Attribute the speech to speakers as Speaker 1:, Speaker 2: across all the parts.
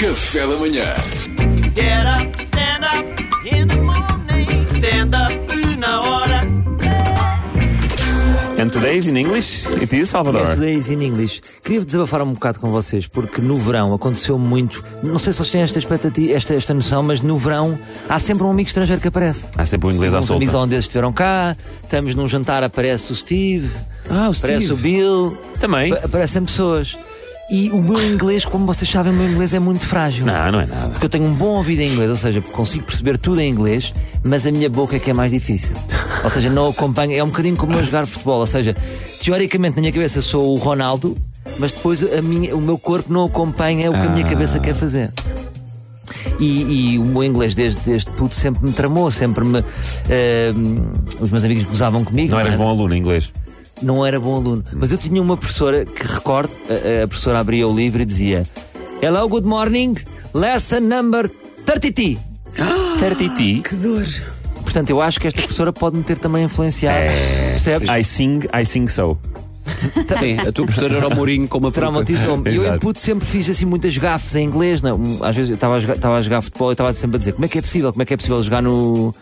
Speaker 1: Café da manhã.
Speaker 2: Get up, stand up in the morning. Stand up na hora.
Speaker 3: And today's in English, it is Salvador.
Speaker 4: Yes, days in English. Queria desabafar um bocado com vocês, porque no verão aconteceu muito. Não sei se vocês têm esta expectativa, esta, esta noção, mas no verão há sempre um amigo estrangeiro que aparece.
Speaker 3: Há sempre um inglês à
Speaker 4: Uns amigos
Speaker 3: solta.
Speaker 4: holandeses estiveram cá, estamos num jantar, aparece o Steve,
Speaker 3: Ah, o
Speaker 4: aparece
Speaker 3: Steve.
Speaker 4: o Bill,
Speaker 3: Também.
Speaker 4: apa- aparecem pessoas. E o meu inglês, como vocês sabem, o meu inglês é muito frágil.
Speaker 3: Não, não é nada.
Speaker 4: Porque eu tenho um bom ouvido em inglês, ou seja, consigo perceber tudo em inglês, mas a minha boca é que é mais difícil. Ou seja, não acompanho. É um bocadinho como eu jogar futebol. Ou seja, teoricamente na minha cabeça sou o Ronaldo, mas depois a minha- o meu corpo não acompanha o que a minha cabeça quer fazer. E, e o meu inglês desde, desde puto sempre me tramou, sempre me. eh, os meus amigos gozavam comigo.
Speaker 3: Não eras
Speaker 4: é?
Speaker 3: bom aluno em inglês.
Speaker 4: não era bom aluno. Mas eu tinha uma professora que recordo, a, a professora abria o livro e dizia: Hello, good morning, lesson number 30.
Speaker 3: Tartiti.
Speaker 4: Portanto, eu acho que esta professora pode me ter também influenciado. Percebes?
Speaker 3: I sing, I sing so.
Speaker 5: Sim, a tua professora era o Mourinho com uma peruca.
Speaker 4: Traumatizou-me. E eu, em
Speaker 3: Exato.
Speaker 4: puto, sempre fiz assim muitas gafes em inglês. Não? é? Às vezes eu estava a, jogar- estava a jogar futebol e estava sempre a dizer: como é que é possível? Como é que é possível jogar no,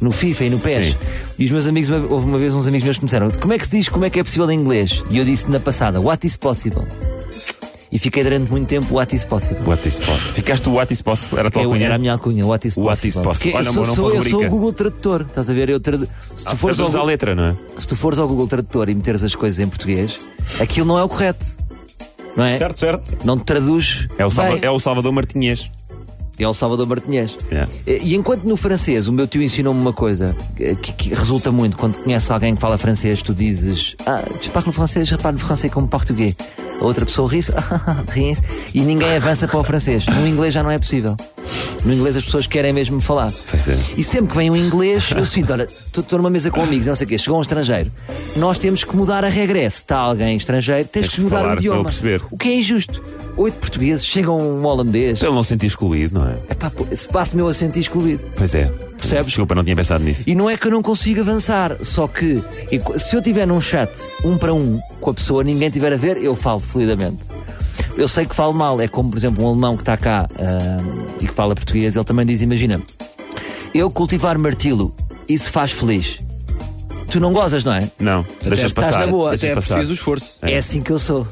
Speaker 4: no FIFA e no PES?
Speaker 3: Sim.
Speaker 4: E os meus amigos, uma- houve uma vez uns amigos meus que me disseram: como é que se diz como é que é possível em inglês? E eu disse na passada: what is possible? E fiquei durante muito tempo: what is possible?
Speaker 3: What is possible? Ficaste o what is possible? Era a tua
Speaker 4: Eu,
Speaker 3: alcunha?
Speaker 4: era a minha alcunha, what is possible?
Speaker 3: What is possible?
Speaker 4: Porque
Speaker 3: Olha,
Speaker 4: eu,
Speaker 3: amor,
Speaker 4: sou,
Speaker 3: não
Speaker 4: sou-
Speaker 3: pode
Speaker 4: eu sou o
Speaker 3: rubrica. Ah,
Speaker 4: Google Tradutor, estás a ver? Eu tradu... Se tu fores ao
Speaker 3: Traduz à
Speaker 4: Google-
Speaker 3: letra, não é?
Speaker 4: se tu fores ao Google Tradutor e meteres as coisas em português, aquilo não é o correto. Não é?
Speaker 3: Certo, certo.
Speaker 4: Não te traduz.
Speaker 3: É o, Salva-
Speaker 4: bem.
Speaker 3: é o Salvador Martinhês.
Speaker 4: É o Salvador Martinhês.
Speaker 3: Yeah.
Speaker 4: E, e enquanto no francês o meu tio ensinou-me uma coisa eh, que, que resulta muito quando conheces alguém que fala francês, tu dizes Ah, tu parles francês, je parle français como português. A outra pessoa ri-se, ri-se, e ninguém avança para o francês. No inglês já não é possível. No inglês as pessoas querem mesmo falar.
Speaker 3: Pois é.
Speaker 4: E sempre que vem um inglês, eu sinto, olha, estou numa mesa com amigos, não sei o quê, chegou um estrangeiro. Nós temos que mudar a regra. Se está alguém estrangeiro, tens
Speaker 3: que
Speaker 4: que mudar
Speaker 3: falar
Speaker 4: o
Speaker 3: para eu
Speaker 4: idioma.
Speaker 3: perceber.
Speaker 4: O que é injusto. Oito portugueses, chegam um holandês.
Speaker 3: Para ele não se sentir excluído, não é?
Speaker 4: Epá, pô, se passo meu a sentir excluído.
Speaker 3: Pois é.
Speaker 4: Percebes?
Speaker 3: Desculpa, não tinha pensado nisso.
Speaker 4: E não é que eu não consigo avançar, só que enqu- se eu tiver num chat um para um com a pessoa, ninguém tiver a ver, eu falo fluidamente. Eu sei que falo mal, é como por exemplo um alemão que está cá ahm, e que fala português, ele também diz: Imagina, eu cultivar martilo, isso faz feliz. Tu não gozas, não é?
Speaker 3: Não, deixas
Speaker 5: estás
Speaker 3: passar.
Speaker 4: na boa.
Speaker 3: Deixas
Speaker 5: Até é
Speaker 3: passar.
Speaker 5: preciso esforço.
Speaker 4: É assim que eu sou.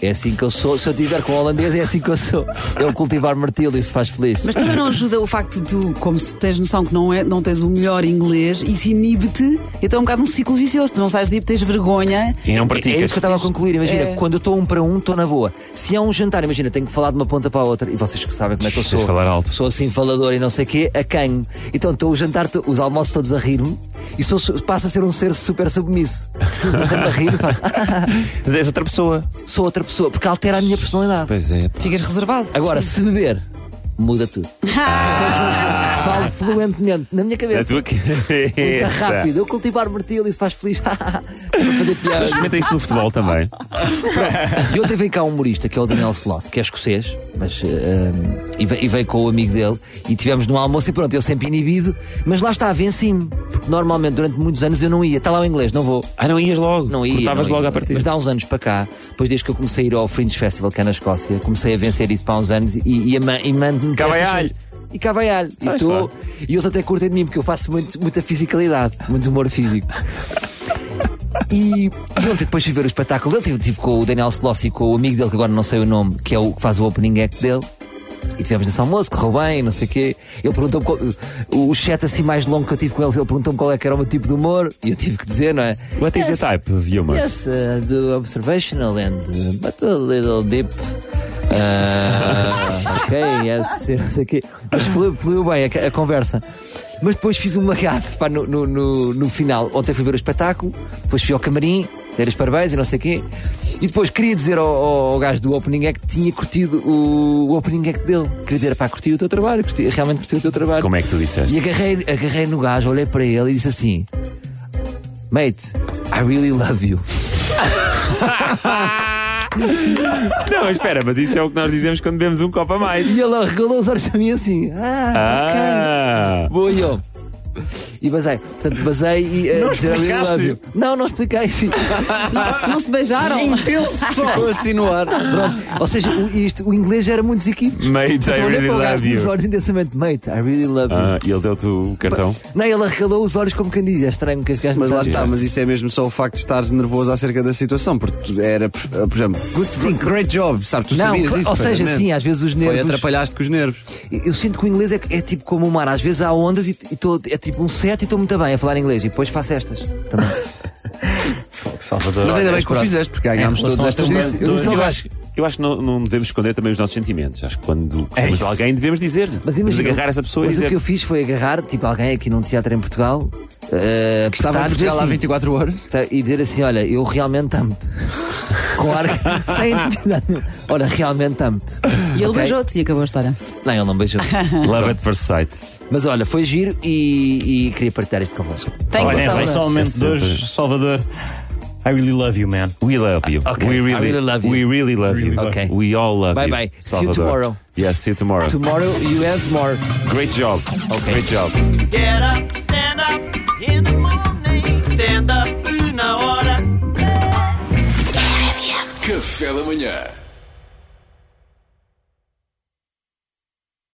Speaker 4: É assim que eu sou. Se eu tiver com um holandês, é assim que eu sou. Eu cultivar martilo, isso faz feliz.
Speaker 6: Mas também não ajuda o facto de tu, como se tens noção que não, é, não tens o melhor inglês, isso inibe-te. Então é um bocado um ciclo vicioso. Tu não sais de ir, tens vergonha.
Speaker 3: E não praticas.
Speaker 4: É isso que eu estava a concluir. Imagina,
Speaker 6: É.
Speaker 4: quando eu estou um para um, estou na boa. Se há um jantar, imagina, tenho que falar de uma ponta para a outra, e vocês que sabem como é que eu
Speaker 3: Tens
Speaker 4: sou.
Speaker 3: de falar alto.
Speaker 4: Sou assim falador e não sei o quê, acanho. Então estou o jantar, tô- os almoços todos a rir-me, e sou, su- passo a ser um ser super submisso. Estou sempre a rir e faço,
Speaker 3: És outra pessoa.
Speaker 4: sou outra pessoa, porque altera a minha personalidade.
Speaker 3: Pois é. pá.
Speaker 6: Ficas reservado.
Speaker 4: Agora, se beber, muda tudo. Falo fluentemente, na minha
Speaker 3: Na
Speaker 4: cabeça.
Speaker 3: tua
Speaker 4: Muito
Speaker 3: cabeça.
Speaker 4: rápido, eu cultivar martelo, isso faz feliz. Estou a fazer
Speaker 3: Então
Speaker 4: piadas.
Speaker 3: experimenta isso no futebol também.
Speaker 4: E ontem veio cá um humorista que é o Daniel Sloss, que é escocês, mas, eh, um, e, ve- e veio com o amigo dele. E tivemos num almoço e pronto, eu sempre inibido, mas lá está, venci-me. Porque normalmente durante muitos anos eu não ia. Está lá o inglês, não vou.
Speaker 3: Ah, não ias logo.
Speaker 4: Não ia.
Speaker 3: Cortavas
Speaker 4: não
Speaker 3: logo
Speaker 4: ia, não
Speaker 3: à
Speaker 4: ia.
Speaker 3: partida.
Speaker 4: Mas dá uns anos para cá, depois desde que eu comecei a ir ao Fringe Festival, que é na Escócia, comecei a vencer isso para há uns anos e, e, a ma- e mando-me.
Speaker 3: Cá vai
Speaker 4: estas
Speaker 3: alho.
Speaker 4: coisas. E cá vai alho.
Speaker 3: Ah,
Speaker 4: E, tô-
Speaker 3: claro.
Speaker 4: e eles até curtem de mim, porque eu faço muito- muita fisicalidade, muito humor físico. E, e ontem depois fui ver o espetáculo dele, tive, tive com o Daniel Slossi e com o amigo dele, que agora não sei o nome, que é o que faz o opening act dele. E tivemos nesse almoço, correu bem, não sei o quê. Ele perguntou-me qual- o chat assim mais longo que eu tive com ele, ele perguntou-me qual é que era o meu tipo de humor, e eu tive que dizer, não é?
Speaker 3: What is your type of humor?
Speaker 4: Yes, uh, do observational and uh, but a little deep. Uh, ok, yes, eu não sei o quê. Mas fluiu, fluiu bem a, a conversa. Mas depois fiz uma gafe pá, no, no, no, no final. Ontem fui ver o espetáculo, depois fui ao camarim, dei os parabéns e não sei o quê. E depois queria dizer ao, ao, ao gajo do opening act que tinha curtido o, o opening act dele. Queria dizer, pá, curti o teu trabalho, curti, realmente curti o teu trabalho.
Speaker 3: Como é que tu disseste?
Speaker 4: E agarrei, agarrei no gajo, olhei para ele e disse assim: Mate, I really love you.
Speaker 3: Não, espera, mas isso é o que nós dizemos quando bebemos um copo a mais.
Speaker 4: E ele arregalou os olhos a mim assim: Ah,
Speaker 3: Ah!
Speaker 4: boa, e eu. E basei. Portanto, basei e eh, dizer ali
Speaker 5: explicaste?
Speaker 4: lábio. Não, não expliquei, filho.
Speaker 6: Não, não se beijaram?
Speaker 5: Intenso! Só a sinuar.
Speaker 4: assim Pronto. Ou seja, o, isto, o inglês era muito desequívoco.
Speaker 3: Mate, I
Speaker 4: Então olhei
Speaker 3: really
Speaker 4: para o gajo
Speaker 3: love
Speaker 4: nos
Speaker 3: you.
Speaker 4: olhos intensamente. Mate, I really love you.
Speaker 3: Ah, e ele deu-te o cartão.
Speaker 4: Não, ele arregalou os olhos como quem diz. É estranho que este gajo me
Speaker 5: Mas lá
Speaker 4: trate
Speaker 5: está,
Speaker 4: assim.
Speaker 5: mas isso é mesmo só o facto de estares nervoso acerca da situação, porque tu era, por eh, por exemplo,
Speaker 4: Good
Speaker 5: gr-
Speaker 4: think.
Speaker 5: great job, sabe? Tu
Speaker 4: Não,
Speaker 5: sabias
Speaker 4: cl-
Speaker 5: isso.
Speaker 4: ou seja,
Speaker 5: perfeitamente.
Speaker 4: sim, às vezes os
Speaker 5: Foi
Speaker 4: nervos-
Speaker 5: atrapalhaste com os nervos.
Speaker 4: Eu sinto que o inglês é, é tipo como o mar. Às vezes há ondas e, e tô- é tipo um set e estou muito bem a falar inglês. E depois faço estas. Também.
Speaker 3: Salvador.
Speaker 5: Mas ainda
Speaker 3: olha,
Speaker 5: bem que o fizeste, porque ganhámos
Speaker 4: relação
Speaker 5: todas
Speaker 4: ao
Speaker 5: estas
Speaker 4: teu
Speaker 5: vezes.
Speaker 4: bando, Eu disse ao
Speaker 3: eu,
Speaker 4: gajo.
Speaker 3: acho, eu acho que não, não devemos esconder também os nossos sentimentos. Acho que quando gostamos de
Speaker 4: isso.
Speaker 3: alguém devemos dizer-lhe.
Speaker 4: Mas
Speaker 3: Devemos
Speaker 4: imagina.
Speaker 3: agarrar essa pessoa e
Speaker 4: mas o
Speaker 3: dizer.
Speaker 4: que eu fiz foi agarrar, tipo, alguém aqui num teatro em Portugal. eh,
Speaker 5: Que estava em
Speaker 4: apertar-lhe
Speaker 5: Portugal há um
Speaker 4: assim.
Speaker 5: 24 horas.
Speaker 4: Tá, E dizer assim: olha, eu realmente amo-te. Com ar sem intimidade nenhuma. Olha, realmente amo-te.
Speaker 6: E ele
Speaker 4: Ok?
Speaker 6: beijou-te e acabou a história.
Speaker 4: Não, ele não beijou.
Speaker 3: Love at first sight.
Speaker 4: Mas olha, foi giro e, e queria partilhar isto convosco.
Speaker 6: Tem
Speaker 1: Olha, em relação ao
Speaker 6: que
Speaker 1: momento de hoje, Salvador, I really love you, man.
Speaker 3: é We love you.
Speaker 4: Okay.
Speaker 3: We
Speaker 4: I really love you.
Speaker 3: We Ah, really love you.
Speaker 4: Okay.
Speaker 3: We all love
Speaker 4: Bye
Speaker 3: you.
Speaker 4: bye. See you
Speaker 3: Salvador.
Speaker 4: tomorrow.
Speaker 3: Yes, see you tomorrow.
Speaker 4: Tomorrow you have more.
Speaker 3: Great job. Okay. Great job.
Speaker 2: Get up, stand up in the morning. Stand up, una hora.
Speaker 7: Café da manhã.